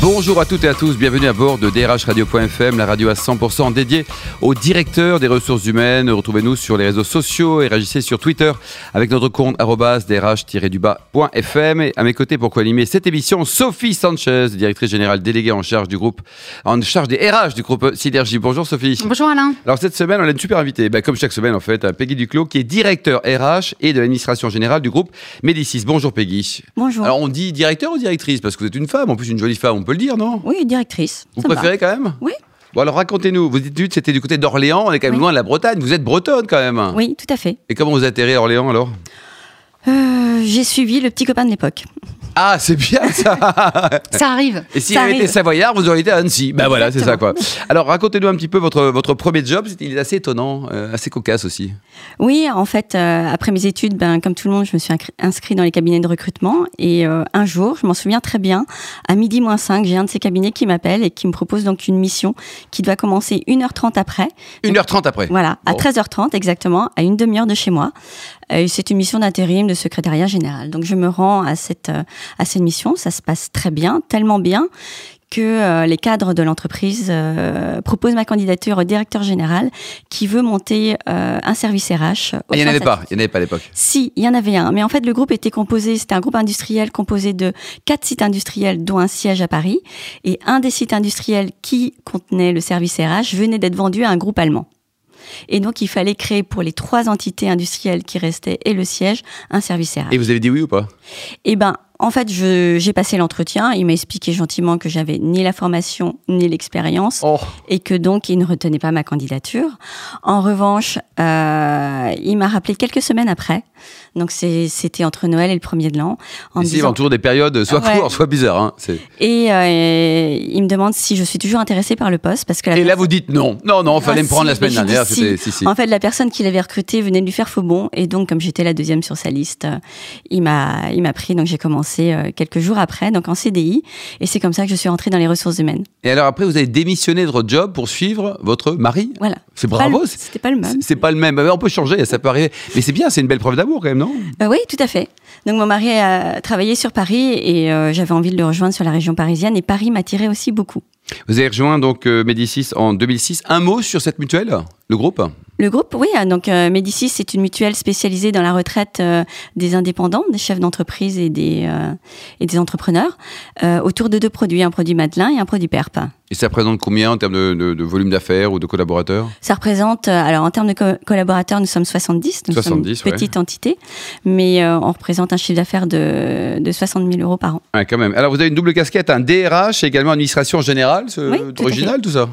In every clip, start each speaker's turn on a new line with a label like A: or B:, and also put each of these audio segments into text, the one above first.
A: Bonjour à toutes et à tous, bienvenue à bord de drhradio.fm, la radio à 100% dédiée au directeur des ressources humaines. Retrouvez-nous sur les réseaux sociaux et réagissez sur Twitter avec notre compte drh-duba.fm. Et à mes côtés pour co-animer cette émission, Sophie Sanchez, directrice générale déléguée en charge du groupe, en charge des RH du groupe Synergie. Bonjour Sophie.
B: Bonjour Alain.
A: Alors cette semaine, on a une super invitée, Ben, comme chaque semaine en fait, à Peggy Duclos qui est directeur RH et de l'administration générale du groupe Médicis. Bonjour Peggy.
B: Bonjour.
A: Alors on dit directeur ou directrice parce que vous êtes une femme, en plus une jolie femme, on peut le dire, non
B: oui, directrice.
A: Vous
B: ça me va.
A: préférez quand même
B: Oui.
A: Bon alors racontez-nous, vos études c'était du côté d'Orléans, on est quand même
B: Oui.
A: loin de la Bretagne, vous êtes bretonne quand même.
B: Oui, tout à fait.
A: Et comment vous atterrez à Orléans alors
B: Euh, J'ai suivi le petit copain de l'époque.
A: Ah c'est bien ça
C: Ça arrive.
A: Et si
B: Ça
A: vous été
B: arrive.
A: savoyard, vous auriez été à Annecy. Ben voilà, c'est ça quoi. Alors racontez-nous un petit peu votre, votre premier job, C'était- il est assez étonnant, euh, assez cocasse aussi.
B: Oui, en fait, euh, après mes études, ben, comme tout le monde, je me suis incri- inscrite dans les cabinets de recrutement. Et euh, un jour, je m'en souviens très bien, à midi moins 5, j'ai un de ces cabinets qui m'appelle et qui me propose donc une mission qui doit commencer 1h30 après.
A: 1h30 après.
B: Voilà, à
A: Bon.
B: 13h30 exactement, à une demi-heure de chez moi. Euh, c'est une mission d'intérim de secrétariat général. Donc je me rends à cette, euh, à cette mission, ça se passe très bien, tellement bien que euh, les cadres de l'entreprise euh, proposent ma candidature au directeur général qui veut monter euh, un service RH. au
A: Ah, il n'y en
B: sein
A: avait
B: de
A: pas,
B: cette-
A: il n'y en avait pas à l'époque.
B: si, il y en avait un. Mais en fait, le groupe était composé, c'était un groupe industriel composé de quatre sites industriels, dont un siège à Paris. Et un des sites industriels qui contenait le service RH venait d'être vendu à un groupe allemand. Et donc, il fallait créer pour les trois entités industrielles qui restaient et le siège un service RH.
A: Et vous avez dit oui ou pas
B: Eh ben, en fait, je- j'ai passé l'entretien. Il m'a expliqué gentiment que j'avais ni la formation ni l'expérience
A: Oh
B: et que donc il ne retenait pas ma candidature. En revanche, euh, il m'a rappelé quelques semaines après, donc c'est- c'était entre Noël et le premier de l'an, en me
A: Ici, il y a
B: disant-
A: toujours des périodes euh, soit
B: Ouais.
A: courtes, soit bizarres. hein. C'est-
B: et euh, il me demande si je suis toujours intéressée par le poste parce que la
A: Et là, vous dites non. Non, non, fallait
B: Ah,
A: me prendre
B: si,
A: la semaine
B: j'ai dit
A: dernière. c'était-
B: si.
A: Si, si.
B: En fait, la personne qui l'avait recruté venait de lui faire faux bon. Et donc, comme j'étais la deuxième sur sa liste, euh, il m'a, il m'a pris. Donc, j'ai commencé euh, quelques jours après, donc en CDI. Et c'est comme ça que je suis rentrée dans les ressources humaines.
A: Et alors après, vous avez démissionné de votre job pour suivre votre mari
B: Voilà.
A: C'est
B: Pas
A: bravo,
B: le-
A: c'est-
B: C'était pas le même.
A: C'est- C'est pas le même. Mais On peut changer, ça peut arriver. Mais c'est bien, c'est une belle preuve d'amour quand même, non
B: Euh, oui, tout à fait. Donc mon mari a travaillé sur Paris et euh, j'avais envie de le rejoindre sur la région parisienne et Paris m'attirait aussi beaucoup.
A: Vous avez rejoint donc euh, Médicis en 2006. Un mot sur cette mutuelle, le groupe
B: Le groupe, oui, euh, donc euh, Médicis, c'est une mutuelle spécialisée dans la retraite euh, des indépendants, des chefs d'entreprise et des, euh, et des entrepreneurs, euh, autour de deux produits, un produit Madelin et un produit PERP.
A: Et ça présente combien en termes de, de- de volume d'affaires ou de collaborateurs
B: Ça représente, euh, alors en termes de co- collaborateurs, nous sommes 70, nous
A: 70,
B: sommes une
A: ouais.
B: petite entité, mais euh, on représente un chiffre d'affaires de, de 60 000 euros par an.
A: Ouais, Ah, Quand même. Alors vous avez une double casquette, un DRH et également administration générale, c'est
B: Oui, tout à
A: original tout ça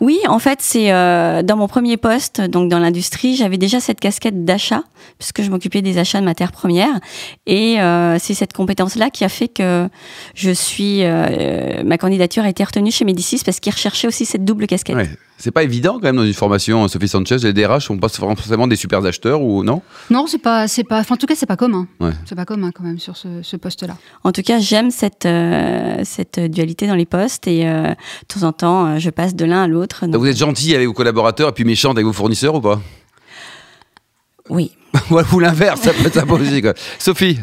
B: Oui, en fait, c'est euh, dans mon premier poste, donc dans l'industrie, j'avais déjà cette casquette d'achat, puisque je m'occupais des achats de matières premières. Et euh, c'est cette compétence-là qui a fait que je suis, euh, ma candidature a été retenue chez Médicis parce qu'ils recherchaient aussi cette double casquette.
A: Ouais. C'est pas évident quand même dans une formation, Sophie Sanchez, les DRH sont pas forcément des super acheteurs ou non
C: Non, c'est pas, c'est pas. enfin, en tout cas, c'est pas commun.
A: Ouais.
C: C'est pas commun quand même sur ce, ce poste-là.
B: En tout cas, j'aime cette, euh, cette dualité dans les postes et euh, de temps en temps, euh, je passe de l'un à l'autre.
A: Donc,
B: Donc,
A: Vous êtes gentil avec vos collaborateurs et puis méchante avec vos fournisseurs ou pas
B: Oui.
A: Ou l'inverse, ça peut être sympa aussi. quoi. Sophie,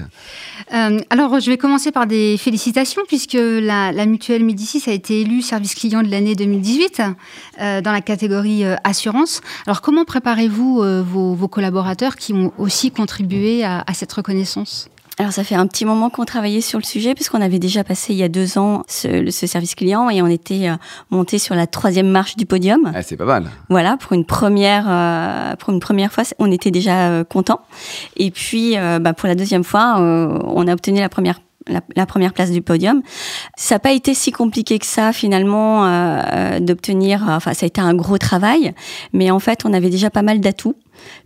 C: Euh, alors, je vais commencer par des félicitations puisque la, la mutuelle Médicis a été élue service client de l'année 2018 euh, dans la catégorie euh, assurance. Alors, comment préparez-vous euh, vos, vos collaborateurs qui ont aussi contribué à, à cette reconnaissance
B: Alors ça fait un petit moment qu'on travaillait sur le sujet puisqu'on avait déjà passé il y a deux ans ce, ce service client et on était euh, monté sur la troisième marche du podium.
A: Ah, c'est pas mal.
B: Voilà pour une première euh, pour une première fois on était déjà euh, content et puis euh, bah, pour la deuxième fois euh, on a obtenu la première la, la première place du podium. Ça n'a pas été si compliqué que ça finalement euh, euh, d'obtenir. Enfin, ça a été un gros travail, mais en fait, on avait déjà pas mal d'atouts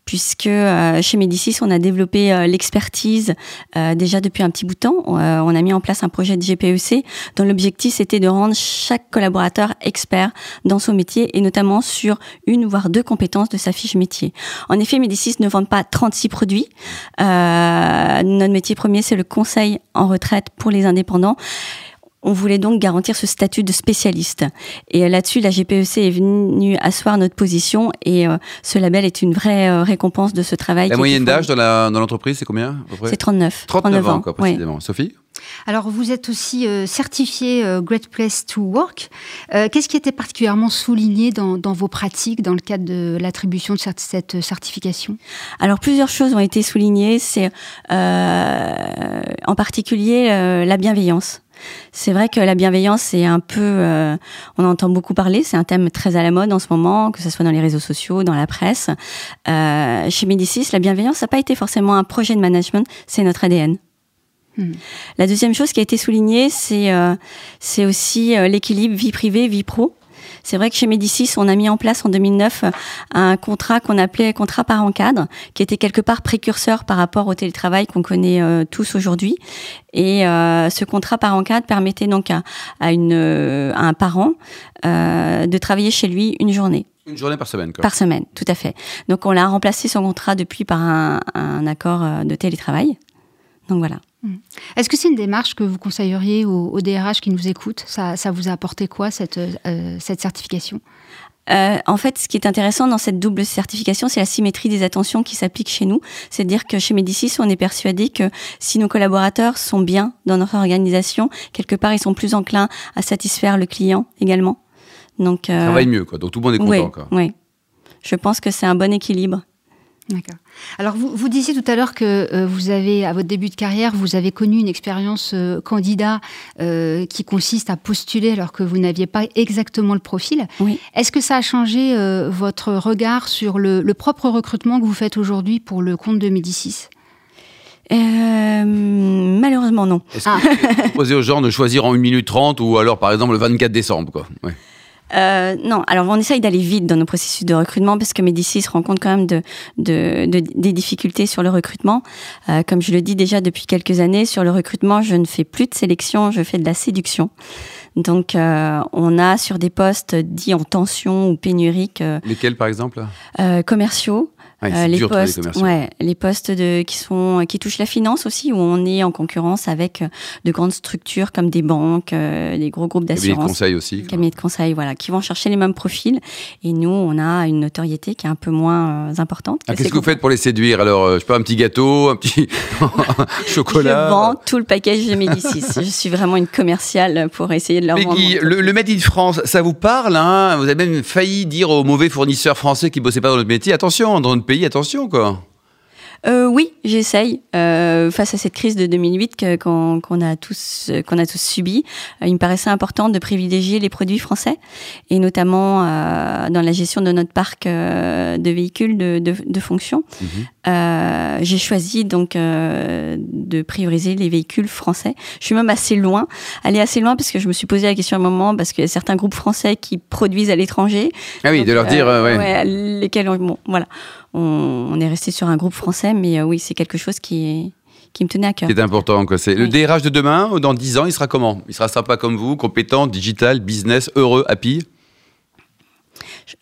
B: puisque euh, chez Médicis, on a développé euh, l'expertise euh, déjà depuis un petit bout de temps. Euh, on a mis en place un projet de GPEC dont l'objectif c'était de rendre chaque collaborateur expert dans son métier et notamment sur une voire deux compétences de sa fiche métier. En effet, Médicis ne vendent pas 36 produits. Euh, notre métier premier, c'est le conseil en retraite pour les indépendants. On voulait donc garantir ce statut de spécialiste. Et euh, là-dessus, la GPEC est venue asseoir notre position et euh, ce label est une vraie euh, récompense de ce travail.
A: La moyenne d'âge dans la- dans l'entreprise, c'est combien à peu près
B: C'est 39.
A: 39 ans,
B: ans,
A: quoi,
B: ouais.
A: précisément. Sophie
C: Alors, vous êtes aussi euh, certifié euh, Great Place to Work. Euh, Qu'est-ce qui était particulièrement souligné dans, dans vos pratiques dans le cadre de l'attribution de cer- cette certification
B: Alors plusieurs choses ont été soulignées, c'est euh, en particulier euh, la bienveillance. C'est vrai que la bienveillance, c'est un peu, euh, on en entend beaucoup parler, c'est un thème très à la mode en ce moment, que ce soit dans les réseaux sociaux, dans la presse. Euh, chez Médicis, la bienveillance, ça n'a pas été forcément un projet de management, c'est notre ADN.
C: Hmm.
B: La deuxième chose qui a été soulignée, c'est euh, c'est aussi euh, l'équilibre vie privée, vie pro. C'est vrai que chez Médicis, on a mis en place en 2009 euh, un contrat qu'on appelait contrat parent cadre, qui était quelque part précurseur par rapport au télétravail qu'on connaît euh, tous aujourd'hui. Et euh, ce contrat parent cadre permettait donc à, à une, euh, à un parent euh, de travailler chez lui une journée
A: Une journée par semaine, quoi.
B: par semaine, tout à fait. Donc on l'a remplacé son contrat depuis par un, un accord euh, de télétravail. Donc voilà.
C: Est-ce que c'est une démarche que vous conseilleriez aux, aux DRH qui nous écoutent ça, ça vous a apporté quoi, cette, euh, cette certification
B: Euh, en fait, ce qui est intéressant dans cette double certification, c'est la symétrie des attentions qui s'applique chez nous. C'est-à-dire que chez Médicis, on est persuadé que si nos collaborateurs sont bien dans notre organisation, quelque part, ils sont plus enclins à satisfaire le client également. Donc, euh,
A: Travaille mieux, quoi. Donc tout le monde est content,
B: ouais, Ah.
A: quoi.
B: ouais. Je pense que c'est un bon équilibre.
C: D'accord. Alors, vous, vous disiez tout à l'heure que euh, vous avez, à votre début de carrière, vous avez connu une expérience euh, candidat euh, qui consiste à postuler alors que vous n'aviez pas exactement le profil.
B: Oui.
C: Est-ce que ça a changé euh, votre regard sur le, le propre recrutement que vous faites aujourd'hui pour le compte de Médicis
B: Euh, malheureusement, non.
A: Est-ce que vous proposez aux gens de choisir en 1 minute 30 ou alors, par exemple, le 24 décembre, quoi Ouais.
B: Euh, non, alors on essaye d'aller vite dans nos processus de recrutement parce que Médicis se rencontre quand même de, de, de- des difficultés sur le recrutement. Euh, comme je le dis déjà depuis quelques années, sur le recrutement, je ne fais plus de sélection, je fais de la séduction. Donc euh, on a sur des postes dits en tension ou pénuriques euh,
A: Lesquels, par exemple
B: euh, commerciaux,
A: Ouais,
B: euh,
A: Ah C'est
B: les
A: dur de trouver des
B: postes,
A: commerciaux.
B: ouais, les postes de, qui sont qui touchent la finance aussi, où on est en concurrence avec euh, de grandes structures comme des banques, euh, des gros groupes
A: Cabinet de
B: d'assurance
A: conseil aussi. quoi.
B: cabinets de conseil, voilà, qui vont chercher les mêmes profils. Et nous, on a une notoriété qui est un peu moins euh, importante.
A: Ah, Qu'est-ce
B: ces
A: que vous
B: groupes.
A: faites pour les séduire Alors, euh, je sais pas, un petit gâteau, un petit chocolat
B: Je vends tout le package de Médicis. je suis vraiment une commerciale pour essayer de leur vendre.
A: Peggy,
B: mon truc.
A: le, le Made in France, ça vous parle hein Vous avez même failli dire aux mauvais fournisseurs français qui bossaient pas dans notre métier, attention, dans notre pays, attention quoi.
B: Euh, oui, j'essaye. Euh, face à cette crise de 2008 que- qu'on qu'on a tous euh, qu'on a tous subi, euh, il me paraissait important de privilégier les produits français et notamment euh, dans la gestion de notre parc euh, de véhicules de, de, de fonction.
A: Mhm.
B: Euh, J'ai choisi donc euh, de prioriser les véhicules français. Je suis même assez loin, allée assez loin parce que je me suis posé la question à un moment parce qu'il y a certains groupes français qui produisent à l'étranger
A: Ah oui,
B: donc,
A: de leur
B: euh,
A: dire, euh, ouais.
B: ouais, lesquels on, bon, voilà. On, on est resté sur un groupe français, mais euh, oui, c'est quelque chose qui, est- qui me tenait à cœur.
A: C'est important, quoi. C'est le
B: Oui.
A: DRH de demain, ou dans 10 ans, il sera comment Il sera sympa comme vous, compétent, digital, business, heureux, happy.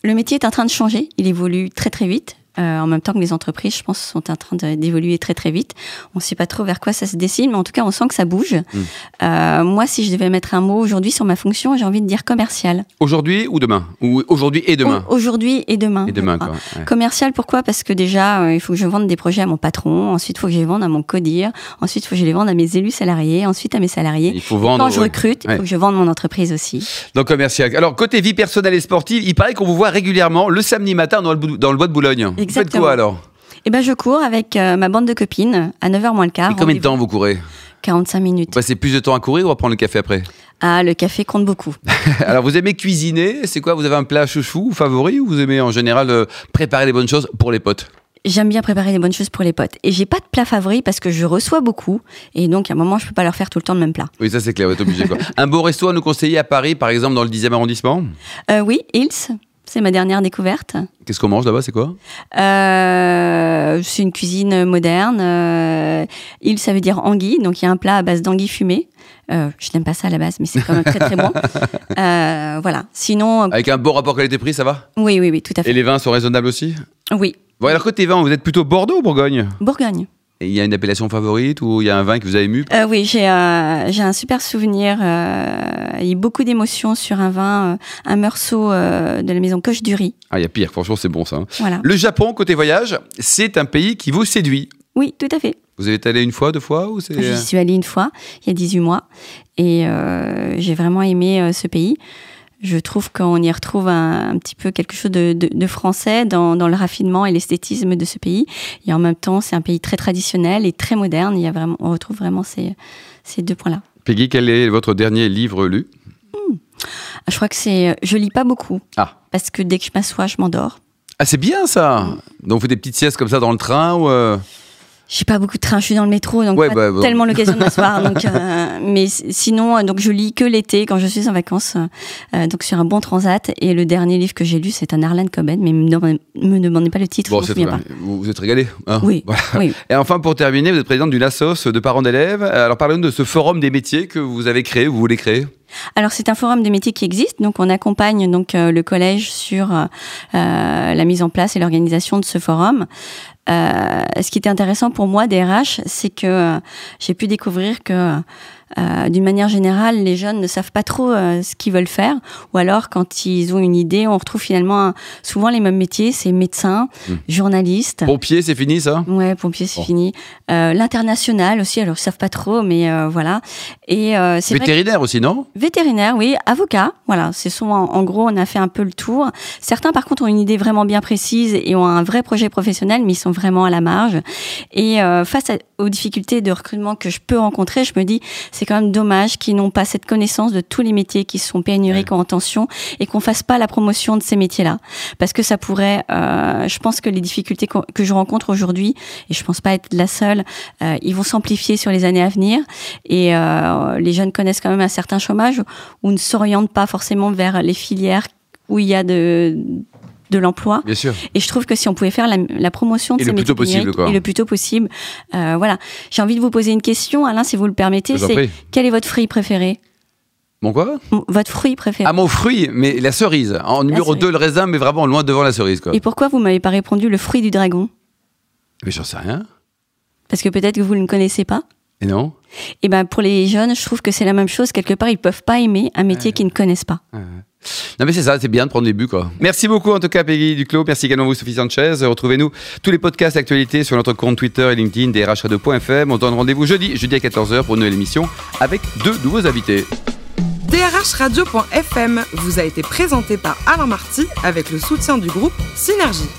B: Le métier est en train de changer, il évolue très très vite. euh, en même temps que les entreprises, je pense, sont en train de- d'évoluer très très vite. On ne sait pas trop vers quoi ça se dessine, mais en tout cas, on sent que ça bouge.
A: Hmm.
B: Euh, moi, si je devais mettre un mot aujourd'hui sur ma fonction, j'ai envie de dire commercial.
A: Aujourd'hui ou demain Ou aujourd'hui et demain
B: Au- Aujourd'hui et demain.
A: Et demain,
B: Donc,
A: quoi. ouais.
B: Commercial, pourquoi Parce que déjà, euh, il faut que je vende des projets à mon patron, ensuite, il faut que je les vende à mon codir, ensuite, il faut que je les vende à mes élus salariés, ensuite à mes salariés.
A: Il faut vendre.
B: Quand je
A: ouais.
B: recrute, il faut que je vende mon entreprise aussi.
A: Donc commercial. Alors côté vie personnelle et sportive, il paraît qu'on vous voit régulièrement le samedi matin dans le, bou- dans le bois de Boulogne. Vous faites
B: Exactement.
A: quoi alors
B: Et ben, je cours avec euh, ma bande de copines à 9h moins le
A: Et
B: quart.
A: combien de temps
B: rendez-vous
A: vous courez
B: 45
A: Vous
B: minutes.
A: passez plus de temps à courir ou à prendre le café après
B: Ah, le café compte beaucoup.
A: Alors vous aimez cuisiner C'est quoi Vous avez un plat chouchou ou favori ou vous aimez en général euh, préparer les bonnes choses pour les potes
B: J'aime bien préparer des bonnes choses pour les potes. Et j'ai pas de plat favori parce que je reçois beaucoup. Et donc, à un moment, je peux pas leur faire tout le temps le même plat.
A: Oui, ça c'est clair, vous êtes obligé. Quoi. un beau resto à nous conseiller à Paris, par exemple dans le 10e arrondissement
B: Euh, oui, Hills, c'est ma dernière découverte.
A: Qu'est-ce qu'on mange là-bas C'est quoi
B: Euh, c'est une cuisine moderne. Euh, il, ça veut dire anguille. Donc, il y a un plat à base d'anguille fumée. Euh, je n'aime pas ça à la base, mais c'est quand même très très bon. Euh, voilà. Sinon, euh,
A: Avec un bon rapport qualité-prix, ça va
B: oui, oui, oui, tout
A: Ah.
B: à
A: Et
B: fait.
A: les vins sont raisonnables aussi
B: Oui.
A: Bon, alors côté vin, vous êtes plutôt Bordeaux ou Bourgogne
B: Bourgogne.
A: Il y a une appellation favorite ou il y a un vin que vous avez ému
B: Euh, oui, j'ai euh, j'ai un super souvenir. euh, Il y a eu beaucoup d'émotions sur un vin, euh, un meursault euh, de la maison Coche du Riz.
A: Ah, il y a pire, franchement, c'est bon ça. hein.
B: Voilà.
A: Le Japon, côté voyage, c'est un pays qui vous séduit.
B: Oui, tout à fait.
A: Vous êtes allé une fois, deux fois ou c'est...
B: J'y suis allée une fois, il y a 18 mois, et euh, j'ai vraiment aimé euh, ce pays. Je trouve qu'on y retrouve un, un petit peu quelque chose de, de- de français dans, dans le raffinement et l'esthétisme de ce pays. Et en même temps, c'est un pays très traditionnel et très moderne. Il y a vraiment, on retrouve vraiment ces, ces deux points-là.
A: Peggy, quel est votre dernier livre lu
B: Je crois que c'est, je lis pas beaucoup
A: Ah.
B: parce que dès que je m'assois, je m'endors.
A: Ah, c'est bien ça Donc, vous faites des petites siestes comme ça dans le train ou... euh,
B: J'ai pas beaucoup de train, je suis dans le métro, donc
A: Ouais,
B: pas
A: bah, bon.
B: tellement l'occasion de m'asseoir. donc, euh, mais s- sinon, euh, donc je lis que l'été quand je suis en vacances, euh, euh, donc sur un bon transat. Et le dernier livre que j'ai lu, c'est un Arlan Coben, mais me demandez, me demandez pas le titre,
A: Bon,
B: je
A: c'est
B: m'en
A: très
B: souviens
A: bien.
B: pas.
A: Vous vous êtes régalé hein
B: Oui,
A: Voilà.
B: oui.
A: Et enfin, pour terminer, vous êtes présidente du LASOS de parents d'élèves. Alors, parlez-nous de ce forum des métiers que vous avez créé, vous voulez créer.
B: Alors c'est un forum des métiers qui existe, donc on accompagne donc euh, le collège sur euh, euh, la mise en place et l'organisation de ce forum. Euh, ce qui était intéressant pour moi des RH, c'est que euh, j'ai pu découvrir que euh, d'une manière générale, les jeunes ne savent pas trop euh, ce qu'ils veulent faire, ou alors quand ils ont une idée, on retrouve finalement un- souvent les mêmes métiers, c'est médecin,
A: Mm.
B: journaliste.
A: Pompier, c'est fini ça
B: Ouais, pompier, c'est
A: Bon.
B: fini. Euh, L'international aussi, alors ils savent pas trop, mais euh, voilà. Et euh, c'est vrai que-
A: Vétérinaire aussi, non
B: Vétérinaire, oui, avocat, voilà, c'est souvent, en gros, on a fait un peu le tour. Certains, par contre, ont une idée vraiment bien précise et ont un vrai projet professionnel, mais ils sont vraiment à la marge. Et euh, face à- aux difficultés de recrutement que je peux rencontrer, je me dis, c'est quand même dommage qu'ils n'ont pas cette connaissance de tous les métiers qui sont pénuriques ou en tension et qu'on fasse pas la promotion de ces métiers-là. Parce que ça pourrait, euh, je pense que les difficultés qu'on- que je rencontre aujourd'hui, et je pense pas être la seule, euh, ils vont s'amplifier sur les années à venir et euh, les jeunes connaissent quand même un certain chômage ou ne s'orientent pas forcément vers les filières où il y a de de l'emploi
A: Bien sûr.
B: et je trouve que si on pouvait faire la, la promotion de
A: Et
B: ces
A: le plus tôt
B: métiers
A: possible,
B: numériques,
A: quoi.
B: et le plus tôt possible euh, voilà j'ai envie de vous poser une question Alain si vous le
A: Je
B: permettez
A: vous en
B: c'est
A: prie.
B: quel est votre fruit préféré
A: Bon quoi
B: votre fruit préféré
A: Ah, mon fruit, mais la cerise. En numéro
B: cerise.
A: 2, le raisin, mais vraiment loin devant la cerise, quoi.
B: et pourquoi vous m'avez pas répondu le fruit du dragon
A: Mais j'en sais rien.
B: parce que peut-être que vous ne connaissez pas
A: Et non
B: et ben pour les jeunes je trouve que c'est la même chose quelque part ils peuvent pas aimer un métier qu'ils ne connaissent pas
A: Non mais c'est ça, c'est bien de prendre des buts quoi. Merci beaucoup en tout cas Peggy Duclos, merci également à vous Sophie Sanchez. Retrouvez-nous tous les podcasts d'actualité sur notre compte Twitter et LinkedIn des rh2.fm. On se donne rendez-vous jeudi, jeudi à 14h pour une nouvelle émission avec deux nouveaux invités.
D: drhradio.fm vous a été présenté par Alain Marty avec le soutien du groupe Synergie.